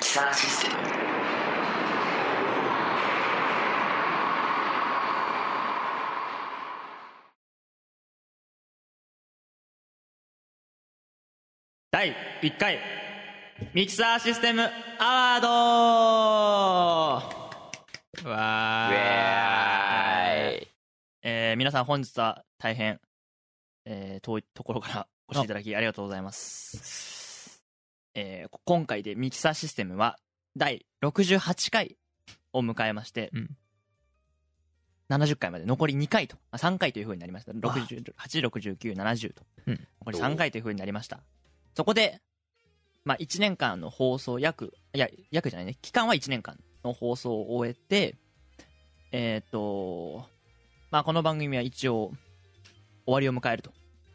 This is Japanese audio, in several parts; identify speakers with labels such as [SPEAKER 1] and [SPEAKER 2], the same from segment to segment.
[SPEAKER 1] キサーシステム
[SPEAKER 2] 第1回ミキサーシステムアワードわ
[SPEAKER 1] ウェーイ
[SPEAKER 2] えー皆さん本日は大変、えー遠いところからお越しいただきありがとうございます。えーこ今回でミキサーシステムは第68回を迎えまして、
[SPEAKER 3] うん
[SPEAKER 2] 70回まで残り2回と、あ3回というふうになりました。68、69、70と、
[SPEAKER 3] うん
[SPEAKER 2] 残り3回というふうになりました。そこで、まあ、1年間の放送約、いや、約じゃないね、期間は1年間の放送を終えて、えっ、と、まあ、この番組は一応、終わりを迎えると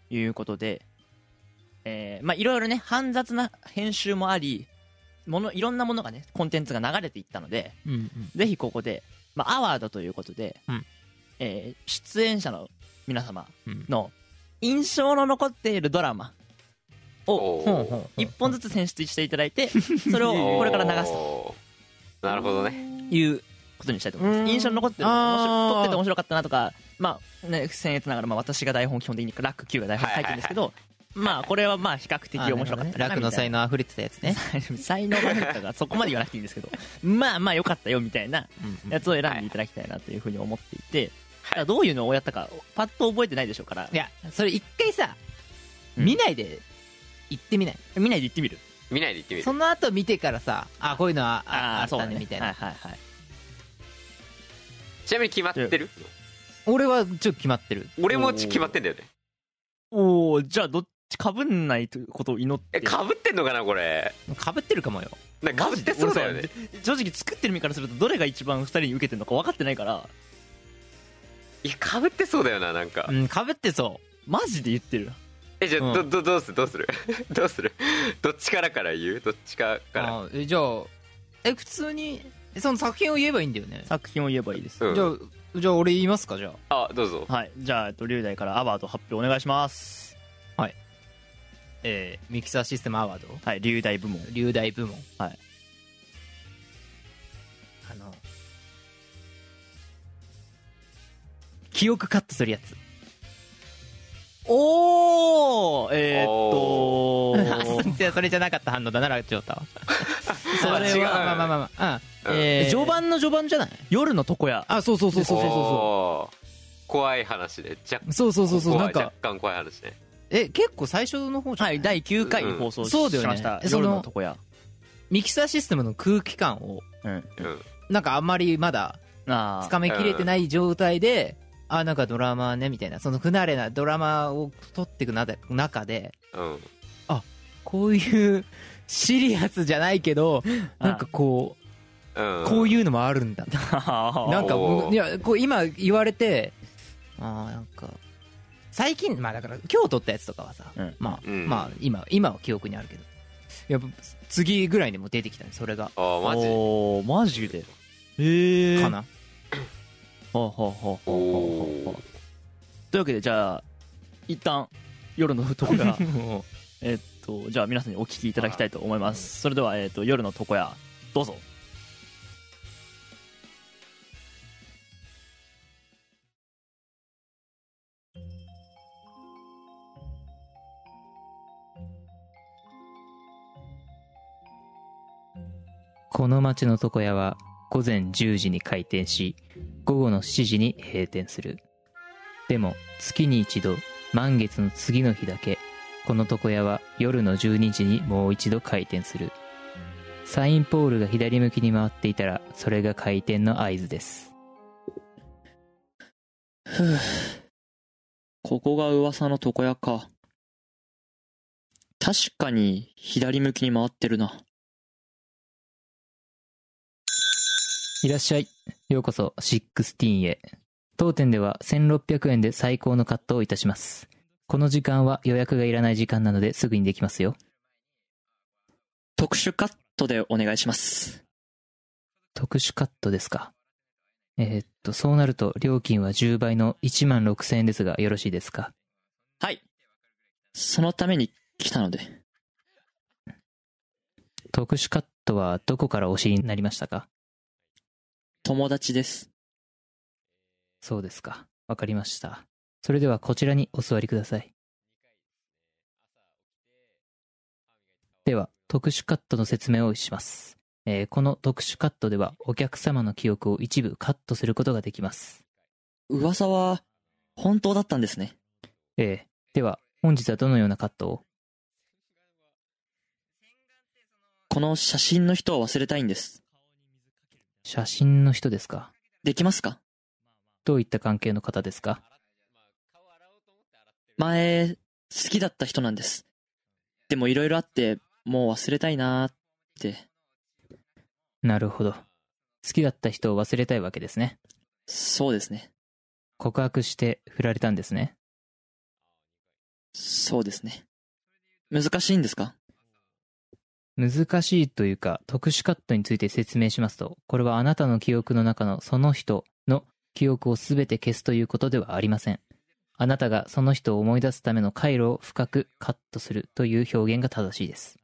[SPEAKER 2] いうことで、えーまあ、いろいろね、煩雑な編集もあり、もの、いろんなものがね、コンテンツが流れていったので、
[SPEAKER 3] うんうん
[SPEAKER 2] ぜひここで、まあ、アワードということで、
[SPEAKER 3] うん
[SPEAKER 2] えー出演者の皆様
[SPEAKER 3] うん
[SPEAKER 2] の印象の残っているドラマを
[SPEAKER 1] おー
[SPEAKER 3] ほうほう
[SPEAKER 2] 一本ずつ選出していただいて、それをこれから流す
[SPEAKER 1] となるほどね
[SPEAKER 2] ということにしたいと思いま
[SPEAKER 3] うん
[SPEAKER 2] す。印象に残ってる、面白
[SPEAKER 3] あー
[SPEAKER 2] 撮ってて面白かったなとか、まあ、ね、僭越ながら、まあ、私が台本基本的にラック Q が台本書いてるんですけど、まあ、これはまあ、比較的
[SPEAKER 3] あー
[SPEAKER 2] 面白かったな
[SPEAKER 3] なるほどね楽の才
[SPEAKER 2] 能。
[SPEAKER 3] 能溢れてたやつね
[SPEAKER 2] 才能がなかったから、そこまで言わなくていいんですけど、 まあまあ、良かったよ、みたいなやつを選んでいただきたいなというふうに思っていて、
[SPEAKER 1] はい
[SPEAKER 2] ただどういうのをやったか、パッと覚えてないでしょうから
[SPEAKER 3] い、やそれ一回さ
[SPEAKER 2] うん
[SPEAKER 3] 見ないで行ってみない
[SPEAKER 2] 見ないで言ってみる。
[SPEAKER 1] 見ないで行ってみる
[SPEAKER 3] その後見てからさあこういうのはああったねみたい
[SPEAKER 2] は
[SPEAKER 3] ない
[SPEAKER 2] はいはい。
[SPEAKER 1] ちなみに決まってる
[SPEAKER 3] 俺はちょっと決まってる
[SPEAKER 1] 俺もち決まってんだよね
[SPEAKER 2] おおじゃあ、どっち、かぶんないということを祈って。
[SPEAKER 1] えかぶってんのかなこれ
[SPEAKER 3] かぶってるかもよ
[SPEAKER 1] なんかかぶってそうだよね
[SPEAKER 2] 正直作ってる身からするとどれが一番二人に受けてるのか分かってないから
[SPEAKER 1] いやかぶってそうだよななんか
[SPEAKER 3] うんかぶってそ
[SPEAKER 2] マジで言ってる
[SPEAKER 1] えじゃあ
[SPEAKER 3] う
[SPEAKER 1] どどどうするどうする どうするどっちからから言うどっちか
[SPEAKER 3] う
[SPEAKER 1] から
[SPEAKER 3] あーえじゃあえ普通にえその作品を言えばいいんだよね
[SPEAKER 2] 作品を言えばいいです、
[SPEAKER 1] うん
[SPEAKER 3] じゃあじゃあ俺言いますかじゃあ
[SPEAKER 1] あどうぞ
[SPEAKER 2] はいじゃあえっと龍大からアワード発表お願いします
[SPEAKER 3] えーミキサーシステムアワード
[SPEAKER 2] はい龍大部門
[SPEAKER 3] 流大部門
[SPEAKER 2] はい
[SPEAKER 3] あの記憶カットするやつ
[SPEAKER 2] おーえー、っと
[SPEAKER 3] じゃあそれじゃなかった反応だなラジオ タはそ
[SPEAKER 1] あ違う
[SPEAKER 3] れはまあまあまあまあ、 うん
[SPEAKER 2] えー
[SPEAKER 3] 序盤の序盤じゃない
[SPEAKER 2] 夜の床屋
[SPEAKER 3] あそうそうそうそうそうそ
[SPEAKER 1] おー怖い話で若
[SPEAKER 3] うそうそうそうそう
[SPEAKER 1] ここは
[SPEAKER 3] なんか
[SPEAKER 1] 若干怖い話ね
[SPEAKER 3] え結構最初の方じゃな、
[SPEAKER 2] はいい第9回放送し,、
[SPEAKER 3] そうだよね
[SPEAKER 2] ました
[SPEAKER 3] えその
[SPEAKER 2] 夜の床屋
[SPEAKER 3] ミキサーシステムの空気感を
[SPEAKER 2] うん
[SPEAKER 1] うん
[SPEAKER 3] なんかあんまりまだ
[SPEAKER 2] あ
[SPEAKER 3] つかめきれてない状態で、あなんかドラマねみたいなその不慣れなドラマを撮っていくなで中で
[SPEAKER 1] うん
[SPEAKER 3] こういうシリアスじゃないけどなんかこう
[SPEAKER 1] うん
[SPEAKER 3] こういうのもあるんだ
[SPEAKER 2] あ
[SPEAKER 3] なんか
[SPEAKER 1] おー
[SPEAKER 3] いやこう今言われてあーなんか最近まあだから今日撮ったやつとかはさ、
[SPEAKER 2] うん
[SPEAKER 3] まあ、
[SPEAKER 1] うん
[SPEAKER 3] まあ今今は記憶にあるけどやっぱ次ぐらいにも出てきたねそれが
[SPEAKER 1] あーマジ
[SPEAKER 2] おーマジでへえ
[SPEAKER 3] かな、
[SPEAKER 2] ほうほうほう
[SPEAKER 1] お
[SPEAKER 2] ほうほうほう
[SPEAKER 1] お
[SPEAKER 2] というわけでじゃあ一旦夜の床屋えっとじゃあ皆さんにお聞きいただきたいと思いますそれでは、えっと夜の床屋どうぞ
[SPEAKER 3] この町の床屋は午前10時に開店し午後の7時に閉店するでも月に一度満月の次の日だけこの床屋は夜の12時にもう一度開店するサインポールが左向きに回っていたらそれが開店の合図です
[SPEAKER 2] ここが噂の床屋か。確かに左向きに回ってるな。
[SPEAKER 3] いらっしゃいようこそ16へ当店では1600円で最高のカットをいたしますこの時間は予約がいらない時間なのですぐにできますよ
[SPEAKER 2] 特殊カットでお願いします。
[SPEAKER 3] 特殊カットですかえーっとそうなると料金は10倍の1万6000円ですがよろしいですか
[SPEAKER 2] はい。そのために来たので。
[SPEAKER 3] 特殊カットはどこからお知りになりましたか
[SPEAKER 2] 友達です。
[SPEAKER 3] そうですか。わかりました。それではこちらにお座りください。では、特殊カットの説明をします。えーこの特殊カットでは、お客様の記憶を一部カットすることができます。
[SPEAKER 2] 噂は、本当だったんですね。
[SPEAKER 3] えーでは、本日はどのようなカットを
[SPEAKER 2] この写真の人は忘れたいんです。
[SPEAKER 3] 写真の人ですか
[SPEAKER 2] できますか
[SPEAKER 3] どういった関係の方ですか
[SPEAKER 2] 前、好きだった人なんです。でもいろいろあって、もう忘れたいなーって。
[SPEAKER 3] なるほど。好きだった人を忘れたいわけですね。
[SPEAKER 2] そうですね。
[SPEAKER 3] 告白して振られたんですね。
[SPEAKER 2] そうですね。難しいんですか
[SPEAKER 3] 難しいというか特殊カットについて説明しますとこれはあなたの記憶の中のその人の記憶を全て消すということではありませんあなたがその人を思い出すための回路を深くカットするという表現が正しいです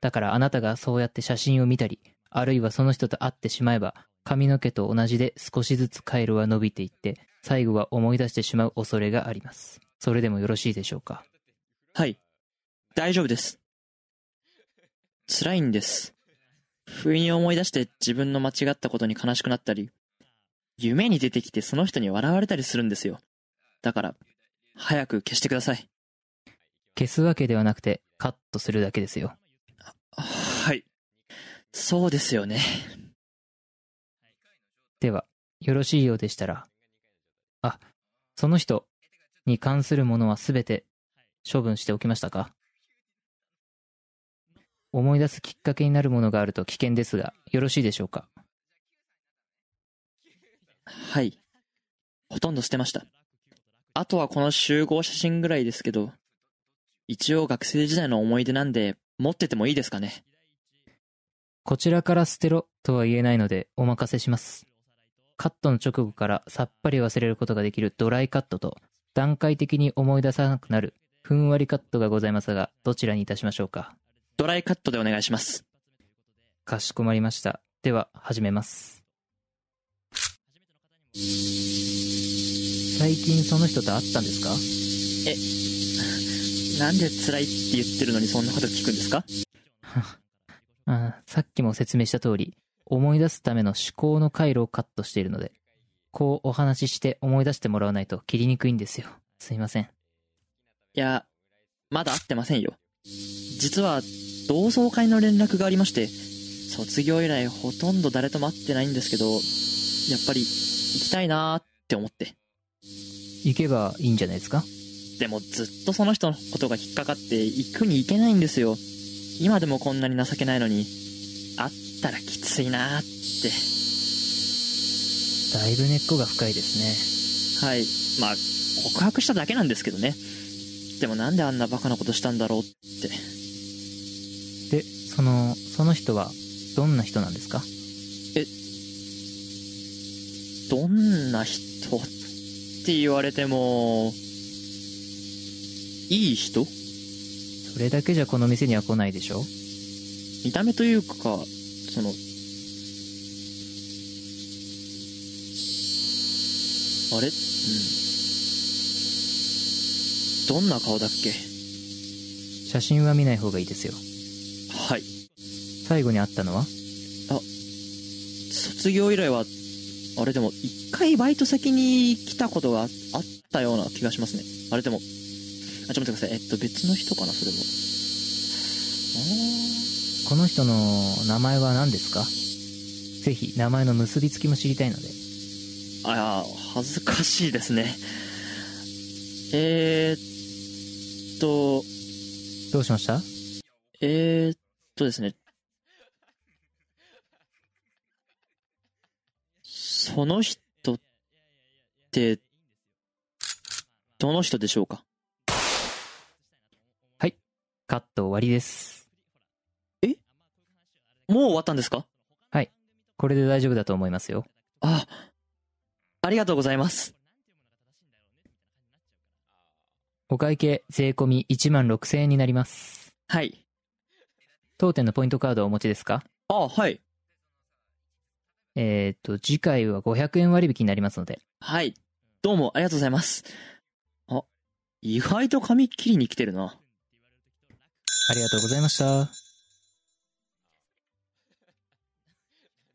[SPEAKER 3] だからあなたがそうやって写真を見たりあるいはその人と会ってしまえば髪の毛と同じで少しずつ回路は伸びていって最後は思い出してしまう恐れがありますそれでもよろしいでしょうか
[SPEAKER 2] はい。大丈夫です。辛いんです。不意に思い出して自分の間違ったことに悲しくなったり、夢に出てきてその人に笑われたりするんですよ。だから、早く消してください。
[SPEAKER 3] 消すわけではなくてカットするだけですよ
[SPEAKER 2] はい。そうですよね。
[SPEAKER 3] では、よろしいようでしたら、あ、その人に関するものはすべて処分しておきましたか思い出すきっかけになるものがあると危険ですが、よろしいでしょうか
[SPEAKER 2] はい。ほとんど捨てました。あとはこの集合写真ぐらいですけど、一応学生時代の思い出なんで、持っててもいいですかね。
[SPEAKER 3] こちらから捨てろとは言えないのでお任せします。カットの直後からさっぱり忘れることができるドライカットと段階的に思い出さなくなるふんわりカットがございますが、どちらにいたしましょうか
[SPEAKER 2] ドライカットでお願いします。
[SPEAKER 3] かしこまりました。では、始めます。最近その人と会ったんですか
[SPEAKER 2] なんで辛いって言ってるのにそんなこと聞くんですか
[SPEAKER 3] あさっきも説明した通り、思い出すための思考の回路をカットしているので、こうお話しして思い出してもらわないと切りにくいんですよ。すいません。
[SPEAKER 2] いや、まだ会ってませんよ。実は、同窓会の連絡がありまして、卒業以来ほとんど誰とも会ってないんですけど、やっぱり行きたいなーって思って。
[SPEAKER 3] 行けばいいんじゃないですか
[SPEAKER 2] でもずっとその人のことが引っかかって行くに行けないんですよ。今でもこんなに情けないのに、会ったらきついなーって。
[SPEAKER 3] だいぶ根っこが深いですね。
[SPEAKER 2] はい。まあ、告白しただけなんですけどね。でもなんであんなバカなことしたんだろうって。
[SPEAKER 3] で、その、その人はどんな人なんですか
[SPEAKER 2] どんな人って言われても、いい人
[SPEAKER 3] それだけじゃこの店には来ないでしょ
[SPEAKER 2] 見た目というか、その、あれうん。どんな顔だっけ
[SPEAKER 3] 写真は見ない方がいいですよ。
[SPEAKER 2] はい。
[SPEAKER 3] 最後に会ったのは
[SPEAKER 2] 卒業以来は、あれでも、一回バイト先に来たことがあったような気がしますね。あれでも、あ、ちょっと待ってください。えっと、別の人かな、それは。うーん
[SPEAKER 3] この人の名前は何ですかぜひ名前の結びつきも知りたいので
[SPEAKER 2] ああ、恥ずかしいですね。えー、っと、
[SPEAKER 3] どうしました
[SPEAKER 2] えー、っとですね。その人って、どの人でしょうか
[SPEAKER 3] カット終わりです
[SPEAKER 2] もう終わったんですか
[SPEAKER 3] これで大丈夫だと思いますよ
[SPEAKER 2] ああ、ありがとうございます。
[SPEAKER 3] お会計税込み1万6000円になります
[SPEAKER 2] はい。
[SPEAKER 3] 当店のポイントカードをお持ちですか
[SPEAKER 2] ああ、はい。
[SPEAKER 3] えっ、と次回は500円割引になりますので
[SPEAKER 2] はい。どうもありがとうございます。あ、意外と髪切りに来てるな。
[SPEAKER 3] ありがとうございました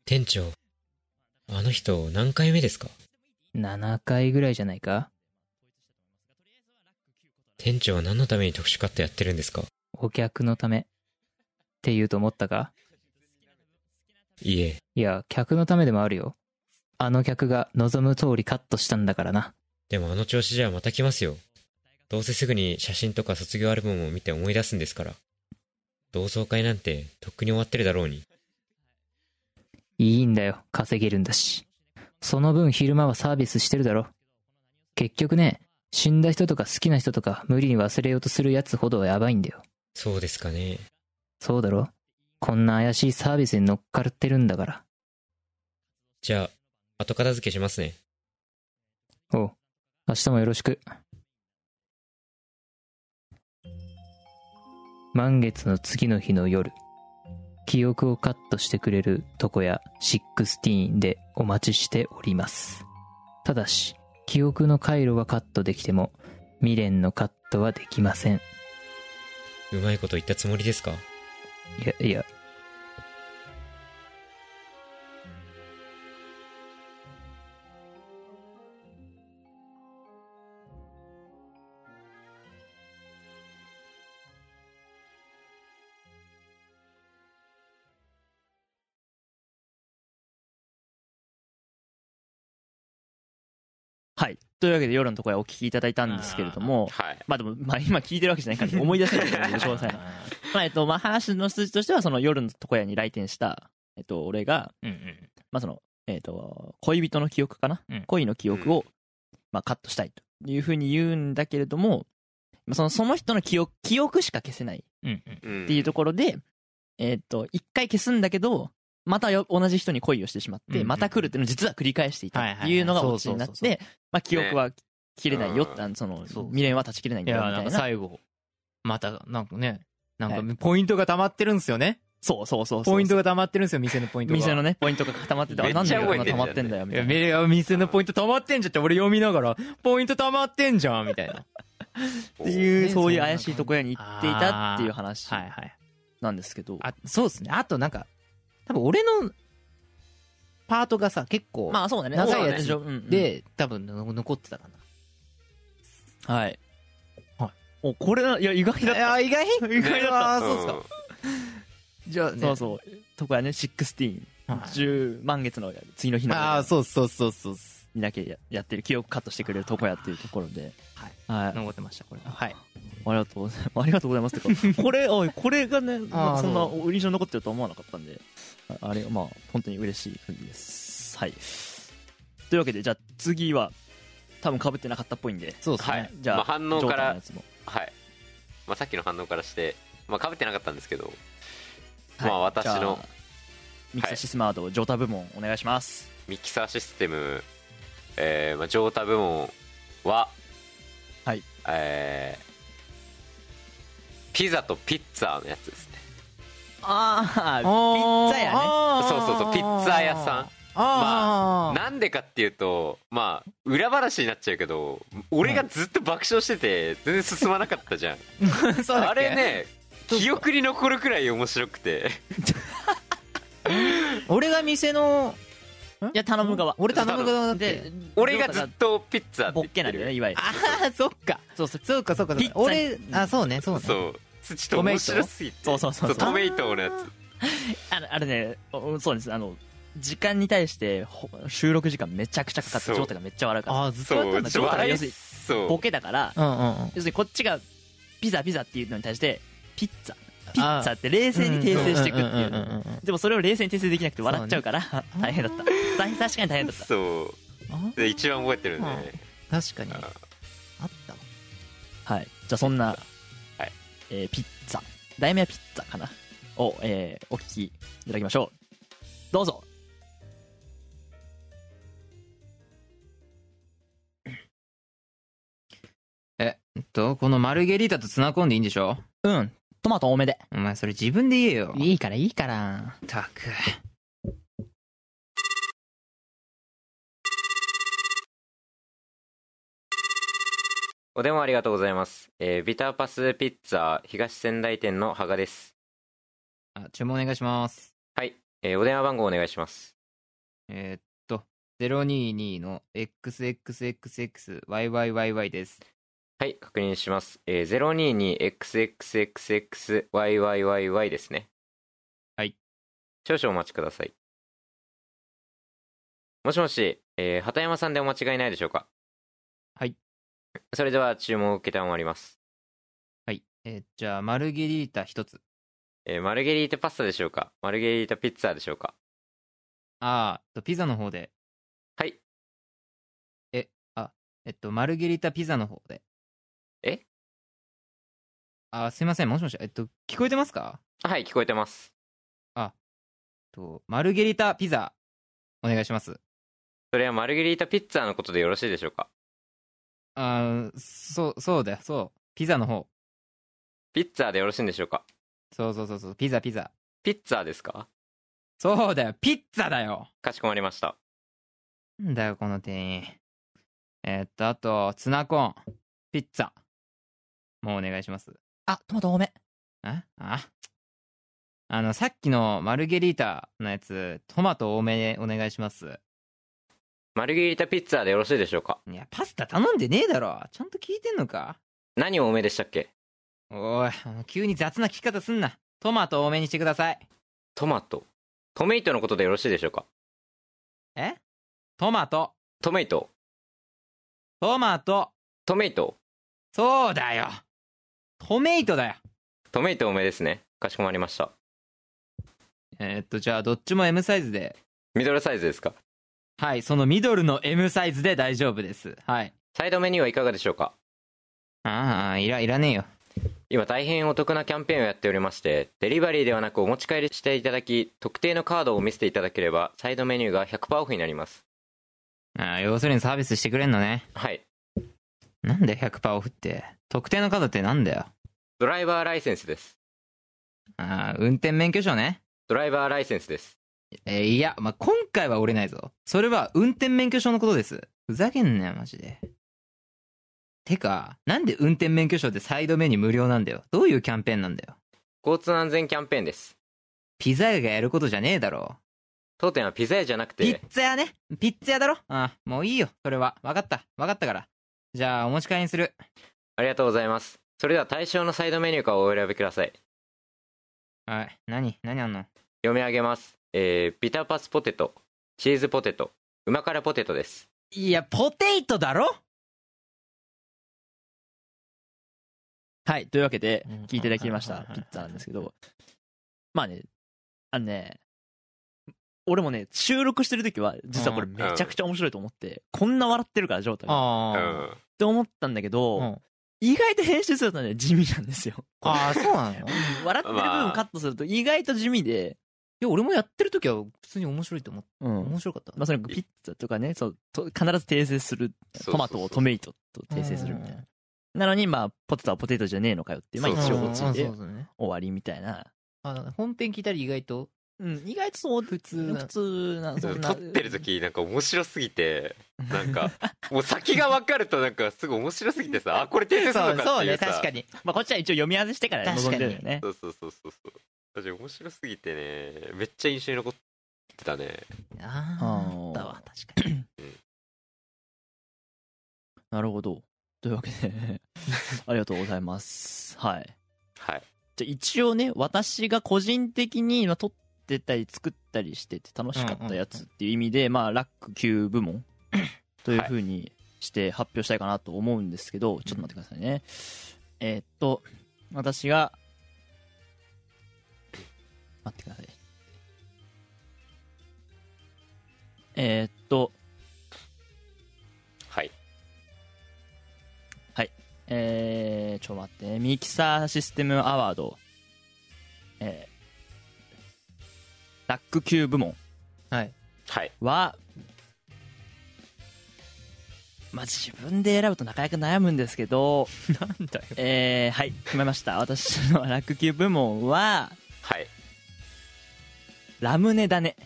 [SPEAKER 4] 店長あの人何回目ですか
[SPEAKER 3] 7回ぐらいじゃないか
[SPEAKER 4] 店長は何のために特殊カットやってるんですか
[SPEAKER 3] お客のためって言うと思ったか
[SPEAKER 4] いいえ
[SPEAKER 3] いや客のためでもあるよあの客が望む通りカットしたんだからな
[SPEAKER 4] でもあの調子じゃまた来ますよどうせすぐに写真とか卒業アルバムを見て思い出すんですから同窓会なんてとっくに終わってるだろうに
[SPEAKER 3] いいんだよ稼げるんだしその分昼間はサービスしてるだろ結局ね死んだ人とか好きな人とか無理に忘れようとするやつほどやばいんだよ
[SPEAKER 4] そうですかね
[SPEAKER 3] そうだろこんな怪しいサービスに乗っかってるんだから
[SPEAKER 4] じゃあ後片付けしますね
[SPEAKER 3] おう明日もよろしく満月の次の日の夜記憶をカットしてくれる床屋16でお待ちしておりますただし記憶の回路はカットできても未練のカットはできません
[SPEAKER 4] うまいこと言ったつもりですか
[SPEAKER 3] いやいや
[SPEAKER 2] はい。というわけで夜のところへお聞きいただいたんですけれども、
[SPEAKER 1] はい。
[SPEAKER 2] まあでも、まあ今聞いてるわけじゃないから思い出せないんだけど、詳細な。まあえっと、まあ話の数字としては、その夜の床屋に来店した、えっと、俺が、
[SPEAKER 3] うんうん
[SPEAKER 2] まあその、えっと、恋人の記憶かな、
[SPEAKER 3] うん
[SPEAKER 2] 恋の記憶を、まあカットしたいというふうに言うんだけれども、まあそのその人の記憶、記憶しか消せないっ
[SPEAKER 3] うんうん
[SPEAKER 1] って
[SPEAKER 2] いうところで、えっと、一回消すんだけど、またよ同じ人に恋をしてしまっ
[SPEAKER 3] うんう
[SPEAKER 2] て、
[SPEAKER 3] ん
[SPEAKER 2] また来るっていうのを実は繰り返していたっていうのが
[SPEAKER 5] はいはいはい
[SPEAKER 2] オチになっ
[SPEAKER 5] そうそうそう
[SPEAKER 2] て、まあ記憶は切れないよって、
[SPEAKER 1] うん
[SPEAKER 2] あのその
[SPEAKER 5] そうそう
[SPEAKER 2] 未練は断ち切れないん
[SPEAKER 5] い
[SPEAKER 2] だよ
[SPEAKER 5] やな
[SPEAKER 2] みた
[SPEAKER 5] ん
[SPEAKER 2] い
[SPEAKER 5] か
[SPEAKER 2] な。
[SPEAKER 5] 最後またなんかねなん
[SPEAKER 2] は
[SPEAKER 5] かポイントが溜まってるんですよね
[SPEAKER 2] そうそうそうそう。
[SPEAKER 5] ポイントが溜まってるんですよ店のポイントが
[SPEAKER 2] 店のね、ポイントが固まってて、あれ
[SPEAKER 1] め
[SPEAKER 2] な
[SPEAKER 1] っ
[SPEAKER 2] ん
[SPEAKER 1] ち
[SPEAKER 2] で
[SPEAKER 1] ゃ
[SPEAKER 2] こんな
[SPEAKER 1] 覚えて
[SPEAKER 2] 溜
[SPEAKER 1] んじゃん
[SPEAKER 2] まってんだよ、み
[SPEAKER 5] い
[SPEAKER 2] た
[SPEAKER 5] や
[SPEAKER 2] いな。
[SPEAKER 5] めいや店のポイント溜まってんじゃんって俺読みながらポイント溜まってんじゃんみたいな
[SPEAKER 2] って
[SPEAKER 5] ね
[SPEAKER 2] いう、
[SPEAKER 5] そんな
[SPEAKER 2] そういう怪しいとこ屋に行っていたっていう話
[SPEAKER 5] はいはい
[SPEAKER 2] なんですけど。
[SPEAKER 5] あそうですねあとなんか多分俺のパートがさ結構、
[SPEAKER 2] まあそうだね。
[SPEAKER 5] 長
[SPEAKER 1] いやつ
[SPEAKER 2] そうだねうんうん、
[SPEAKER 5] で多分残ってたか
[SPEAKER 2] はい。
[SPEAKER 5] はい。
[SPEAKER 2] お、これな、いや、意外だ
[SPEAKER 5] な
[SPEAKER 2] っ
[SPEAKER 5] い
[SPEAKER 2] た。
[SPEAKER 5] や意外
[SPEAKER 2] 意外だった。
[SPEAKER 5] あそうですか、
[SPEAKER 1] ん
[SPEAKER 5] じゃあね
[SPEAKER 2] そうそう。とこやね、16。
[SPEAKER 5] はい
[SPEAKER 2] 10満月の次の日の
[SPEAKER 5] ああそうそうそうそう
[SPEAKER 2] にだけややってる記憶カットしてくれるとこやっていうところで
[SPEAKER 5] はい、
[SPEAKER 2] はい、あ
[SPEAKER 5] 残ってましたこれはい
[SPEAKER 2] りがとうございますあり がとうございますってかこれおいこれ がねなんかそんな
[SPEAKER 5] そ
[SPEAKER 2] 印象に残ってるとは思わなかったんでああれまあ本当に嬉しい限りですはいというわけでじゃあ次は多分かぶってなかったっぽいんで
[SPEAKER 5] そうですね、
[SPEAKER 1] はい。
[SPEAKER 2] じゃあ
[SPEAKER 1] まあ反応か
[SPEAKER 2] ジョータの
[SPEAKER 1] ら
[SPEAKER 2] や、つも
[SPEAKER 1] はい。まあさっきの反応からして、まあ被ってなかったんですけど、
[SPEAKER 2] はい
[SPEAKER 1] まあ私の
[SPEAKER 2] じゃあミキサシスマートジョータ部門お願いします
[SPEAKER 1] ミキサーシステム、えー、まあ、ジョータ部門は、
[SPEAKER 2] はい。
[SPEAKER 1] えー、ピザとピッツァのやつですね。
[SPEAKER 2] ああ
[SPEAKER 5] ピ
[SPEAKER 2] ピッツァやね
[SPEAKER 1] そうそうそうピッツァ屋さん
[SPEAKER 5] あー、
[SPEAKER 1] なんでかっていうと、まあ、裏話になっちゃうけど、俺がずっと爆笑してて、全然進まなかった じゃん。
[SPEAKER 5] あ、そうだっけ
[SPEAKER 1] あれね、記憶に残るくらい面白くて。
[SPEAKER 5] 俺が店の
[SPEAKER 2] いや頼む側
[SPEAKER 3] 俺頼む側だって
[SPEAKER 2] で
[SPEAKER 6] 俺がずっとピッツァって
[SPEAKER 2] ボ
[SPEAKER 6] 言っ
[SPEAKER 2] ッケ
[SPEAKER 6] て
[SPEAKER 2] なんだよね
[SPEAKER 6] る
[SPEAKER 2] いわゆる
[SPEAKER 3] ああそっか
[SPEAKER 2] そうそう
[SPEAKER 3] そうかそうかそ
[SPEAKER 2] ピッ
[SPEAKER 3] うか
[SPEAKER 2] ツァ
[SPEAKER 3] 俺あそうねそうね
[SPEAKER 6] そうちょっと面白すぎて
[SPEAKER 2] そうそうそうそう
[SPEAKER 6] トメイトのやつ
[SPEAKER 2] あのあれねおそうですあの時間に対してほ収録時間めちゃくちゃかかって
[SPEAKER 6] そう
[SPEAKER 2] ジョータがめっちゃ笑うから
[SPEAKER 3] あーずっとやっ
[SPEAKER 6] そ
[SPEAKER 3] た
[SPEAKER 6] うん
[SPEAKER 3] だ
[SPEAKER 6] ちょっと
[SPEAKER 2] だから
[SPEAKER 6] 笑
[SPEAKER 2] 要
[SPEAKER 6] い
[SPEAKER 2] するに
[SPEAKER 6] そ
[SPEAKER 2] ボ
[SPEAKER 6] う
[SPEAKER 2] ケだから
[SPEAKER 3] うんうんうん
[SPEAKER 2] 要するにこっちがピザピザっていうのに対してピッツァピッツァって冷静に訂正していくってい
[SPEAKER 3] んんん
[SPEAKER 2] うん
[SPEAKER 3] うん
[SPEAKER 2] でもそれを冷静に訂正できなくて笑っちゃうから 大変だった大確かに大変だった
[SPEAKER 6] そ
[SPEAKER 3] あ
[SPEAKER 6] うで一番覚えてるんでね
[SPEAKER 3] 確かに
[SPEAKER 6] あー
[SPEAKER 3] あった
[SPEAKER 2] はい、じゃあそんな、
[SPEAKER 6] はい
[SPEAKER 2] えーピッツァ題名はピッツァかなを、えーお聞きいただきましょうどうぞ
[SPEAKER 7] えっと、このマルゲリータと繋コンでいいんでしょ
[SPEAKER 3] うん
[SPEAKER 2] トマト多めで
[SPEAKER 7] お前それ自分で言えよ。
[SPEAKER 3] いいからいいから
[SPEAKER 7] ったく。
[SPEAKER 1] お電話ありがとうございます。えービターパスピッツァ東仙台店の羽賀です。
[SPEAKER 7] あ、注文お願いします。
[SPEAKER 1] はい。えーお電話番号お願いします。
[SPEAKER 7] えーっと、022の XXXXYYYY です。
[SPEAKER 1] はい、確認します。えー、022XXXXYYYY ですね。
[SPEAKER 7] はい。
[SPEAKER 1] 少々お待ちください。もしもし、えー、畑山さんでお間違いないでしょうか
[SPEAKER 7] はい。
[SPEAKER 1] それでは注文を受けたまわります。
[SPEAKER 7] はい。えーじゃあ、マルゲリータ一つ。
[SPEAKER 1] えーマルゲリータパスタでしょうかマルゲリータピッツァでしょうか
[SPEAKER 7] あーえっと、ピザの方で。
[SPEAKER 1] はい。
[SPEAKER 7] え、あ、えっと、マルゲリータピザの方で。
[SPEAKER 1] え
[SPEAKER 7] あー、すいません。もしもし。えっと、聞こえてますか
[SPEAKER 1] はい、聞こえてます。
[SPEAKER 7] えっと、マルゲリータピザ、お願いします。
[SPEAKER 1] それはマルゲリータピッツァのことでよろしいでしょうか
[SPEAKER 7] あーそう、そうだよ、そう。ピザの方。
[SPEAKER 1] ピッツァでよろしいんでしょうか
[SPEAKER 7] そうそうそうそう、ピザピザ。
[SPEAKER 1] ピッツァですか
[SPEAKER 7] そうだよ、ピッツァだよ
[SPEAKER 1] かしこまりました。
[SPEAKER 7] なんだよ、この店員。えーっと、あと、ツナコーン、ピッツァ。もうお願いします。
[SPEAKER 2] あトマト多め
[SPEAKER 7] あああの、さっきのマルゲリータのやつ、トマト多めでお願いします。
[SPEAKER 1] マルゲリータピッツァでよろしいでしょうか
[SPEAKER 7] いや、パスタ頼んでねえだろ。ちゃんと聞いてんのか
[SPEAKER 1] 何を多めでしたっけ
[SPEAKER 7] おい、あの、急に雑な聞き方すんな。トマト多めにしてください。
[SPEAKER 1] トマト。トメイトのことでよろしいでしょうか
[SPEAKER 7] えトマト、
[SPEAKER 1] トメイト。
[SPEAKER 7] トマト。
[SPEAKER 1] トメイト。
[SPEAKER 7] そうだよトメイトだよ
[SPEAKER 1] トメイト多めですね。かしこまりました。
[SPEAKER 7] えーっと、じゃあどっちも M サイズで。
[SPEAKER 1] ミドルサイズですか
[SPEAKER 7] はい、そのミドルの M サイズで大丈夫です。はい。
[SPEAKER 1] サイドメニューはいかがでしょうか
[SPEAKER 7] ああ、いら、いらねえよ。
[SPEAKER 1] 今大変お得なキャンペーンをやっておりまして、デリバリーではなくお持ち帰りしていただき、特定のカードを見せていただければ、サイドメニューが100%オフになります。
[SPEAKER 7] ああ、要するにサービスしてくれんのね。
[SPEAKER 1] はい。
[SPEAKER 7] なんだよ、100%オフって。特定の方ってなんだよ。
[SPEAKER 1] ドライバーライセンスです。
[SPEAKER 7] ああ、運転免許証ね。
[SPEAKER 1] ドライバーライセンスです。
[SPEAKER 7] えーいや、まあ、今回は折れないぞ。それは運転免許証のことです。ふざけんなよ、マジで。てか、なんで運転免許証でサイドメニュー無料なんだよ。どういうキャンペーンなんだよ。
[SPEAKER 1] 交通安全キャンペーンです。
[SPEAKER 7] ピザ屋がやることじゃねえだろ。
[SPEAKER 1] 当店はピザ屋じゃなく
[SPEAKER 7] ピッ
[SPEAKER 1] て、
[SPEAKER 7] ツァ屋ね。ピッツァ屋だろ。ああもういいよ。それは。わかった。わかったから。じゃあ、お持ち帰りにする。
[SPEAKER 1] ありがとうございます。それでは対象のサイドメニューからお選びください。
[SPEAKER 7] はい。何何あんの
[SPEAKER 1] 読み上げます。えー、ビターパスポテト、チーズポテト、旨辛ポテトです。
[SPEAKER 7] いや、ポテイトだろ
[SPEAKER 2] はいというわけで
[SPEAKER 7] うん
[SPEAKER 2] 聞いていただきました
[SPEAKER 7] はいはいはい
[SPEAKER 2] ピッツァなんですけどまあねあのね俺もね収録してる時は実はこれ
[SPEAKER 7] うん
[SPEAKER 2] めちゃくちゃ面白いと思ってこんな笑ってるからジョータがっ
[SPEAKER 6] う
[SPEAKER 7] あ
[SPEAKER 6] ん
[SPEAKER 2] て思ったんだけど、
[SPEAKER 7] うん
[SPEAKER 2] 意外と編集するとね地味なんですよ
[SPEAKER 7] あ。ああ、そう なのい
[SPEAKER 2] 笑ってる部分カットすると意外と地味で、
[SPEAKER 3] いや俺もやってる時は普通に面白いと思って
[SPEAKER 2] うん
[SPEAKER 3] 面白かった
[SPEAKER 2] まあ、それピッツァとかねそうと必ず訂正する
[SPEAKER 6] そうそうそう
[SPEAKER 2] トマトをトメイトと訂正するみたいななのにまあポテトはポテトじゃねえのかよっていうまあ
[SPEAKER 6] そう
[SPEAKER 2] 一
[SPEAKER 6] そう
[SPEAKER 2] 応落ち
[SPEAKER 3] うん
[SPEAKER 2] で
[SPEAKER 3] そうそうね
[SPEAKER 2] 終わりみたいな
[SPEAKER 3] あの本編聞いたら意外と
[SPEAKER 2] うん意外とそう普
[SPEAKER 3] 通な
[SPEAKER 2] 普通なそんな
[SPEAKER 6] 撮ってる時なんか面白すぎてなんかもう先が分かるとなんかすごい面白すぎてさあこれ訂正す
[SPEAKER 3] そ
[SPEAKER 6] る
[SPEAKER 3] う
[SPEAKER 6] のか
[SPEAKER 3] そ
[SPEAKER 6] ってい
[SPEAKER 3] うね
[SPEAKER 6] うさ
[SPEAKER 3] 確かに
[SPEAKER 2] まあこっちは一応読み外してから臨んでるよね
[SPEAKER 6] そうそうそうそうそう確かに面白すぎてねめっちゃ印象に残っ
[SPEAKER 1] ってたね。
[SPEAKER 5] あ
[SPEAKER 2] あ
[SPEAKER 5] あ
[SPEAKER 2] ー
[SPEAKER 5] ったわ確かに
[SPEAKER 2] なるほど。というわけで、 ありがとうございます。はい。
[SPEAKER 1] はい。
[SPEAKER 2] じゃあ一応ね、私が個人的に今撮ってたり作ったりしてて楽しかったやつっていう意味で、まあ、ラック9部 門というふうにして発表したいかなと思うんですけど、ちょっと待ってくださいね。えーっと、私が、待ってください。えーっと、
[SPEAKER 1] はい。
[SPEAKER 2] えー、ちょっと待って、ミキサーシステムアワード、えー、ラック級部門
[SPEAKER 1] はい。
[SPEAKER 2] は、まあ、自分で選ぶとなかなか悩むんですけど、
[SPEAKER 5] なんだよ
[SPEAKER 2] えー、はい、決めました。私のラック級部門は、
[SPEAKER 1] はい。
[SPEAKER 2] ラムネだね。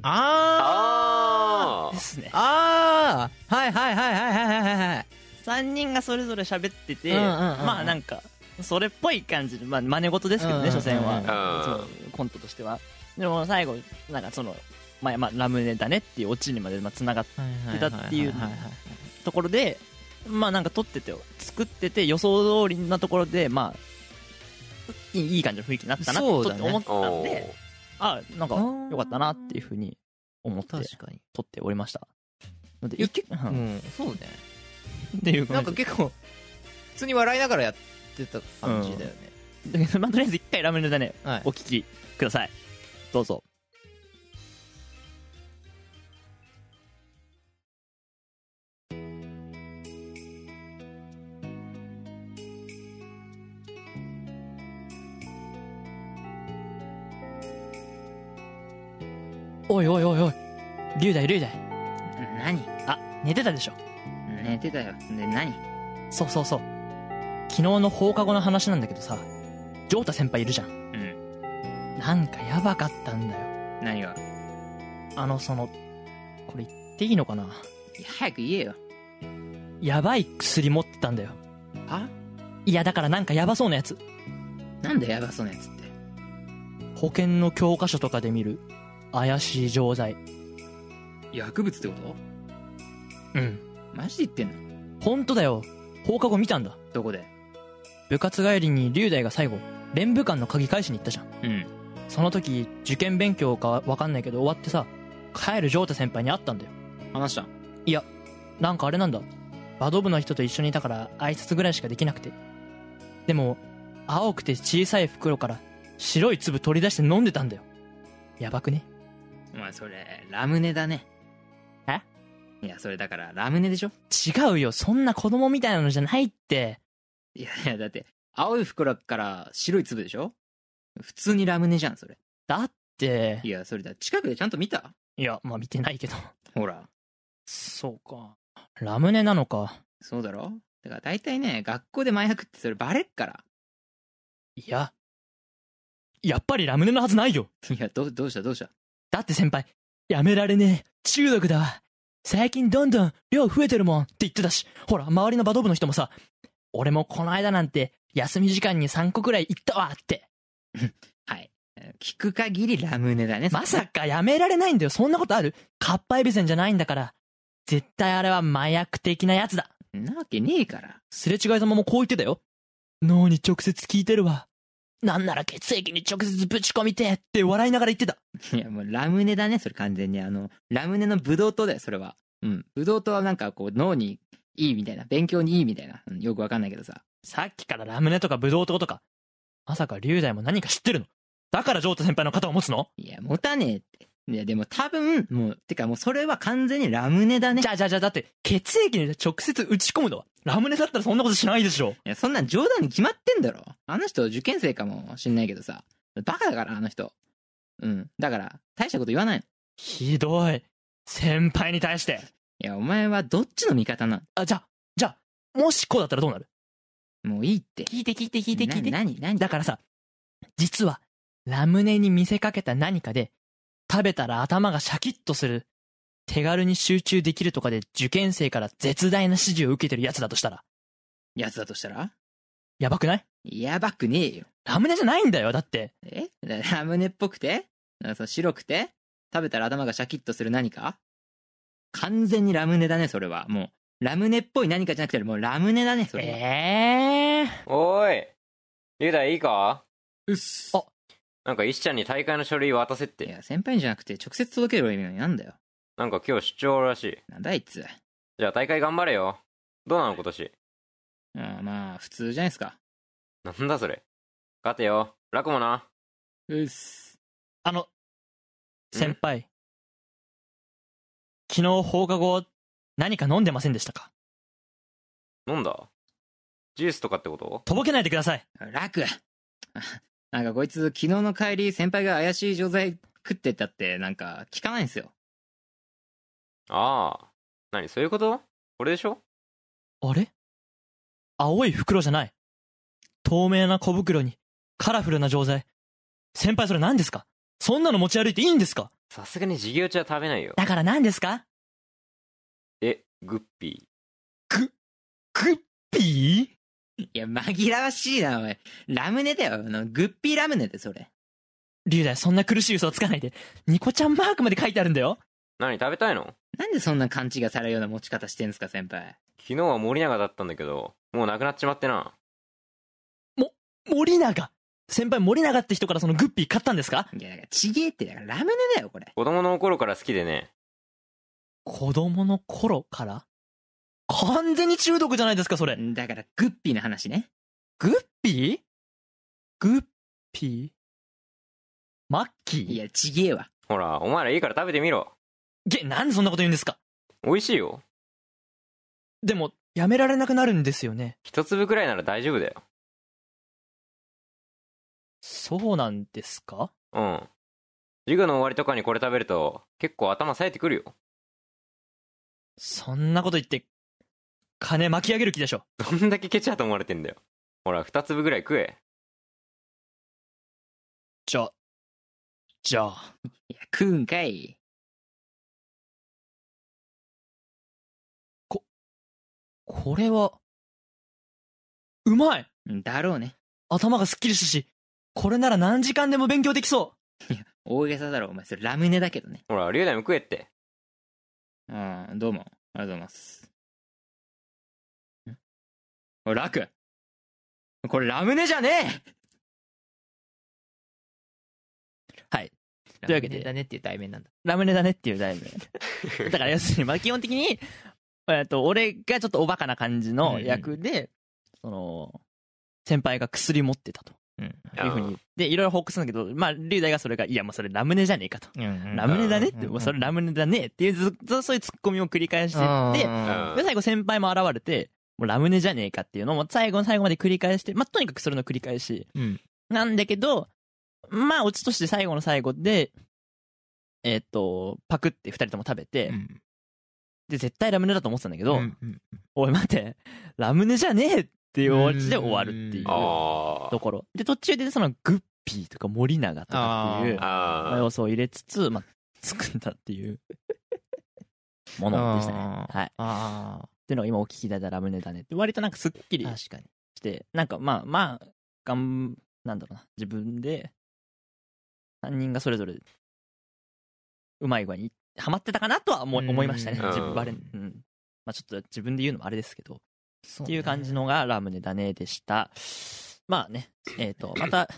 [SPEAKER 5] あ
[SPEAKER 1] あ
[SPEAKER 2] ですね
[SPEAKER 5] あ。ああはいはいはいはいはいはいはいはい
[SPEAKER 2] 3人がそれぞれ喋って
[SPEAKER 5] う
[SPEAKER 2] て、
[SPEAKER 5] んうんうんうん
[SPEAKER 2] まあなんかそれっぽい感じで、まあ、真似事ですけどね、
[SPEAKER 5] うんうんうん
[SPEAKER 2] 所詮
[SPEAKER 1] うん
[SPEAKER 2] は、そのコントとしてはでも最後なんかその、まあまあ、ラムネだねっていうオチにまでつながっ
[SPEAKER 5] はい
[SPEAKER 2] だっていう
[SPEAKER 5] ははは
[SPEAKER 2] たところでまあなんか撮ってて作ってて予想通りなところでまあいいいい感じの雰囲気になったなと
[SPEAKER 5] そうだね
[SPEAKER 2] 思った
[SPEAKER 1] あ。お
[SPEAKER 2] ん
[SPEAKER 1] ー
[SPEAKER 2] であなんか
[SPEAKER 5] あー
[SPEAKER 2] よかったなっていうふうに思って
[SPEAKER 5] 確かに
[SPEAKER 2] 撮っておりましたので
[SPEAKER 5] いや
[SPEAKER 2] 一う
[SPEAKER 5] うん
[SPEAKER 2] っ
[SPEAKER 5] んそうね
[SPEAKER 2] ていう
[SPEAKER 5] な
[SPEAKER 2] 感
[SPEAKER 5] ん
[SPEAKER 2] じ
[SPEAKER 5] か結構普通に笑いながらやってた感じだよね、
[SPEAKER 2] だけど まあとりあえず一回ラムネだね
[SPEAKER 5] はい
[SPEAKER 2] お聞きくださいどうぞおいおいおいおい龍大龍大
[SPEAKER 7] 何
[SPEAKER 2] あ寝てたでしょ
[SPEAKER 7] 寝てたよ。で、何
[SPEAKER 2] そうそうそう昨日の放課後の話なんだけどさジョータ先輩いるじゃん
[SPEAKER 7] うん。
[SPEAKER 2] なんかやばかったんだよ
[SPEAKER 7] 何が
[SPEAKER 2] あの、その、これ言っていいのかない
[SPEAKER 7] や早く言えよ。
[SPEAKER 2] やばい薬持ってたんだよ。
[SPEAKER 7] はい
[SPEAKER 2] や、だからなんかやばそうなやつ。
[SPEAKER 7] なんだよやばそうなやつって。
[SPEAKER 2] 保険の教科書とかで見る、怪しい錠剤。
[SPEAKER 7] 薬物ってこと
[SPEAKER 2] うん。
[SPEAKER 7] マジで言ってんの
[SPEAKER 2] 本当だよ。放課後見たんだ。
[SPEAKER 7] どこで
[SPEAKER 2] 部活帰りに龍大が最後、連部館の鍵返しに行ったじゃん。
[SPEAKER 7] うん。
[SPEAKER 2] その時、受験勉強かわかんないけど終わってさ、帰る城太先輩に会ったんだよ。
[SPEAKER 7] 話した
[SPEAKER 2] なんかあれなんだ。バド部の人と一緒にいたから挨拶ぐらいしかできなくて。でも、青くて小さい袋から白い粒取り出して飲んでたんだよ。やばくね
[SPEAKER 7] お前それ、ラムネだね。
[SPEAKER 2] え
[SPEAKER 7] いや、それだから、ラムネでしょ
[SPEAKER 2] 違うよ。そんな子供みたいなのじゃないって。
[SPEAKER 7] いやいや、だって、青い袋から白い粒でしょ普通にラムネじゃん、それ。
[SPEAKER 2] だって
[SPEAKER 7] い。や、それだ、近くでちゃんと見た
[SPEAKER 2] いや、まあ見てないけど。
[SPEAKER 7] ほら、
[SPEAKER 2] そうか。ラムネなのか。
[SPEAKER 7] そうだろだから大体ね、学校で麻薬ってそれバレっから。
[SPEAKER 2] いや。やっぱりラムネのはずないよ。
[SPEAKER 7] いや、どう、どうしたどうした
[SPEAKER 2] だって先輩、やめられねえ。中毒だわ。最近どんどん量増えてるもんって言ってたし、ほら、周りのバド部の人もさ、俺もこの間なんて休み時間に3個くらい行ったわって。
[SPEAKER 7] はい。えー聞く限りラムネだね。
[SPEAKER 2] まさかやめられないんだよ。そんなことあるカッパエビセンじゃないんだから。絶対あれは麻薬的なやつだ。
[SPEAKER 7] なわけねえから。
[SPEAKER 2] すれ違いざまもこう言ってたよ。脳に直接聞いてるわ。なんなら血液に直接ぶち込みてえって笑いながら言ってた。
[SPEAKER 7] いや、もうラムネだね、それ完全に。あの、ラムネのブドウ糖だよ、それは。うん。ブドウ糖はなんかこう、脳にいいみたいな、勉強にいいみたいな。うんよくわかんないけどさ。
[SPEAKER 2] さっきからラムネとかブドウ糖とか。まさか龍大も何か知ってるのだからジョータ先輩の肩を持つの
[SPEAKER 7] いや、持たねえって。いや、でも多分、もう、てかもうそれは完全にラムネだね。
[SPEAKER 2] じゃあじゃあじゃあだって血液に直接打ち込むのはラムネだったらそんなことしないでしょ。
[SPEAKER 7] いや、そんなん冗談に決まってんだろ。あの人、受験生かもしんないけどさ。バカだから、あの人。うん。だから、大したこと言わないの。
[SPEAKER 2] ひどい。先輩に対して。
[SPEAKER 7] いや、お前はどっちの味方な
[SPEAKER 2] あ、じゃあ、じゃあ、もしこうだったらどうなる
[SPEAKER 7] のもういいって。
[SPEAKER 2] 聞いて聞いて聞
[SPEAKER 7] 聞な何何
[SPEAKER 2] だからさ、実は、ラムネに見せかけた何かで、食べたら頭がシャキッとする、手軽に集中できるとかで受験生から絶大な支持を受けてるやつだとしたら、
[SPEAKER 7] やつだとしたら
[SPEAKER 2] やばくない
[SPEAKER 7] やばくねえよ。
[SPEAKER 2] ラムネじゃないんだよ、だって。
[SPEAKER 7] えラムネっぽくてあそう白くて食べたら頭がシャキッとする何か完全にラムネだね、それは。もう、ラムネっぽい何かじゃなくて、もうラムネだね、それは。
[SPEAKER 3] ええ
[SPEAKER 1] おーいゆうだいいか
[SPEAKER 7] うっす。
[SPEAKER 3] あ
[SPEAKER 1] なんか石ちゃんに大会の書類渡せっ
[SPEAKER 7] い
[SPEAKER 1] て
[SPEAKER 7] や、先輩にじゃなくて、直接届ければいいのになんだよ。
[SPEAKER 1] なんか今日出張らしい
[SPEAKER 7] なんだあいつ。
[SPEAKER 1] じゃあ大会頑張れよどうなの今年
[SPEAKER 7] うん、まあ、普通じゃないですか。
[SPEAKER 1] なんだそれ勝てよ楽もな
[SPEAKER 7] うっす。
[SPEAKER 2] あの、先輩。昨日放課後、何か飲んでませんでしたか
[SPEAKER 1] 飲んだジュースとかってこと
[SPEAKER 2] とぼけないでください。
[SPEAKER 7] 楽。 あなんかこいつ、昨日の帰り、先輩が怪しい錠剤食ってたって、なんか、聞かないんですよ。
[SPEAKER 1] ああ何そういうことこれでしょ
[SPEAKER 2] あれ青い袋じゃない。透明な小袋に、カラフルな錠剤。先輩それ何ですかそんなの持ち歩いていいんですか
[SPEAKER 1] さすがに授業中は食べないよ
[SPEAKER 2] だから何ですか
[SPEAKER 1] えグッピ
[SPEAKER 2] グッピー
[SPEAKER 7] いや、紛らわしいな、おい。ラムネだよ。あの、グッピーラムネで、それ。
[SPEAKER 2] 龍大そんな苦しい嘘をつかないで。ニコちゃんマークまで書いてあるんだよ。
[SPEAKER 1] ー何食べたいの
[SPEAKER 7] なんでそんな勘違いされるような持ち方してんすか、先輩。
[SPEAKER 1] 昨日は森永だったんだけどもうなくなっちまってな
[SPEAKER 2] 森永先輩森永って人からそのグッピー買ったんですか
[SPEAKER 7] いや、だからちげえって、だからラムネだよ、これ。
[SPEAKER 1] 子供の頃から好きでね
[SPEAKER 2] 子供の頃から完全に中毒じゃないですか、それ。
[SPEAKER 7] だから、グッピーの話ね。
[SPEAKER 2] グッピーグッピーマッキー
[SPEAKER 7] いや、ちげえわ。
[SPEAKER 1] ほらお前らいいから食べてみろ
[SPEAKER 2] げ、なんでそんなこと言うんですか
[SPEAKER 1] 美味しいよ
[SPEAKER 2] でも、やめられなくなるんですよね。
[SPEAKER 1] 一粒くらいなら大丈夫だよ
[SPEAKER 2] そうなんですか
[SPEAKER 1] うん授業の終わりとかにこれ食べると結構頭冴えてくるよ
[SPEAKER 2] そんなこと言って、金巻き上げる気でしょ。
[SPEAKER 1] どんだけケチャと思われてんだよほら二粒ぐらい食え
[SPEAKER 2] じゃあ、じゃあ、
[SPEAKER 7] いや、食うんかい。
[SPEAKER 2] これは、うまい
[SPEAKER 7] だろうね。
[SPEAKER 2] 頭がすっきりしたし、これなら何時間でも勉強できそ
[SPEAKER 7] 大げさだろ、お前。それラムネだけどね。
[SPEAKER 1] ほら龍大も食えって
[SPEAKER 7] うん、どうも。ありがとうございます。んおい、楽これラムネじゃねえ
[SPEAKER 2] というわけ
[SPEAKER 5] ラム
[SPEAKER 2] で
[SPEAKER 5] ネだねっていう題名なんだ。
[SPEAKER 2] うラムネだねっていう題名。 だから要するに、まあ基本的に、えっと、俺がちょっとおバカな感じの役で、その、先輩が薬持ってたと。いうふうに言って、いろいろ報告するんだけど、まあ、龍大がそれが、いや、もうそれラムネじゃねえかと。
[SPEAKER 3] うん
[SPEAKER 2] ラムネだねって、
[SPEAKER 3] うん
[SPEAKER 2] もうそれラムネだねっていうず、ずそういうツッコミを繰り返してって、
[SPEAKER 1] うん
[SPEAKER 2] で、最後先輩も現れて、もうラムネじゃねえかっていうのも最後の最後まで繰り返して、まあ、とにかくそれの繰り返し。
[SPEAKER 3] うん
[SPEAKER 2] なんだけど、まあ、オチとして最後の最後で、えっ、と、パクって二人とも食べて、
[SPEAKER 3] うん
[SPEAKER 2] で、絶対ラムネだと思ってたんだけど、
[SPEAKER 3] うんうん
[SPEAKER 2] おい待て、ラムネじゃねえっていうオチで終わるっていう
[SPEAKER 3] うん
[SPEAKER 1] あ
[SPEAKER 2] ところ。で、途中でそのグッピーとか森永とかっていう、
[SPEAKER 1] あ
[SPEAKER 2] まあ
[SPEAKER 1] あ
[SPEAKER 2] 要素を入れつつ、まあ、作ったっていうものでしたね。はい。っ
[SPEAKER 3] ああ
[SPEAKER 2] ていうのが今お聞きいただいたラムネだねって、割となんかすっきり
[SPEAKER 3] 確かに
[SPEAKER 2] して、なんかまあまあ、がん、なんだろうな、自分で、3人がそれぞれ、うまい具合にハマってたかなとは思い
[SPEAKER 3] うん
[SPEAKER 2] 思いましたね。
[SPEAKER 1] うん
[SPEAKER 2] 自分バレン、うん。まあちょっと自分で言うのもあれですけど、
[SPEAKER 3] そ
[SPEAKER 2] っ
[SPEAKER 3] ね
[SPEAKER 2] ていう感じのがラムネだねでした。まあね、えっ、と、また、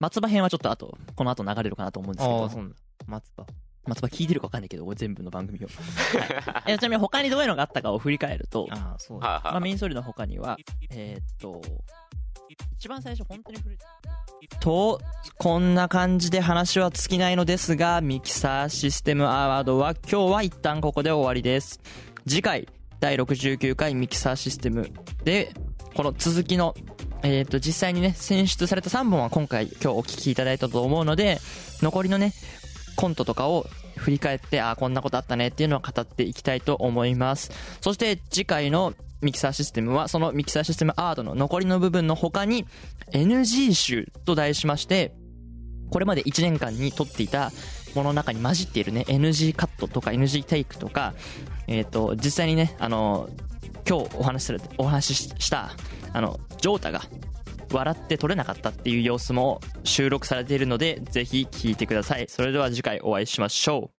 [SPEAKER 2] 松葉編はちょっと後、この後流れるかなと思うんですけ
[SPEAKER 3] ああ
[SPEAKER 2] ど
[SPEAKER 3] そ、うなんだ松葉
[SPEAKER 2] 松葉聞いてるか分かんないけど、俺全部の番組 を。はいえちなみに他にどういうのがあったかを振り返ると、
[SPEAKER 3] ああそうだ
[SPEAKER 1] はあ
[SPEAKER 2] まあ、
[SPEAKER 1] は
[SPEAKER 2] メインストーリーの他には、えーっと、一番最初本当に古い。と、こんな感じで話は尽きないのですが、ミキサーシステムアワードは今日は一旦ここで終わりです。次回、第69回ミキサーシステムで、この続きの、えーっと、実際にね、選出された3本は今回、今日お聞きいただいたと思うので、残りのね、コントとかを振り返って、あーこんなことあったねっていうのを語っていきたいと思います。そして次回のミキサーシステムは、そのミキサーシステムアートの残りの部分の他に NG 集と題しまして、これまで1年間に撮っていたものの中に混じっているね、NG カットとか NG テイクとか、えっ、と、実際にね、あの、今日お話しされて、お話しした、あの、ジョータが、笑って撮れなかったっていう様子も収録されているのでぜひ聞いてくださいそれでは次回お会いしましょう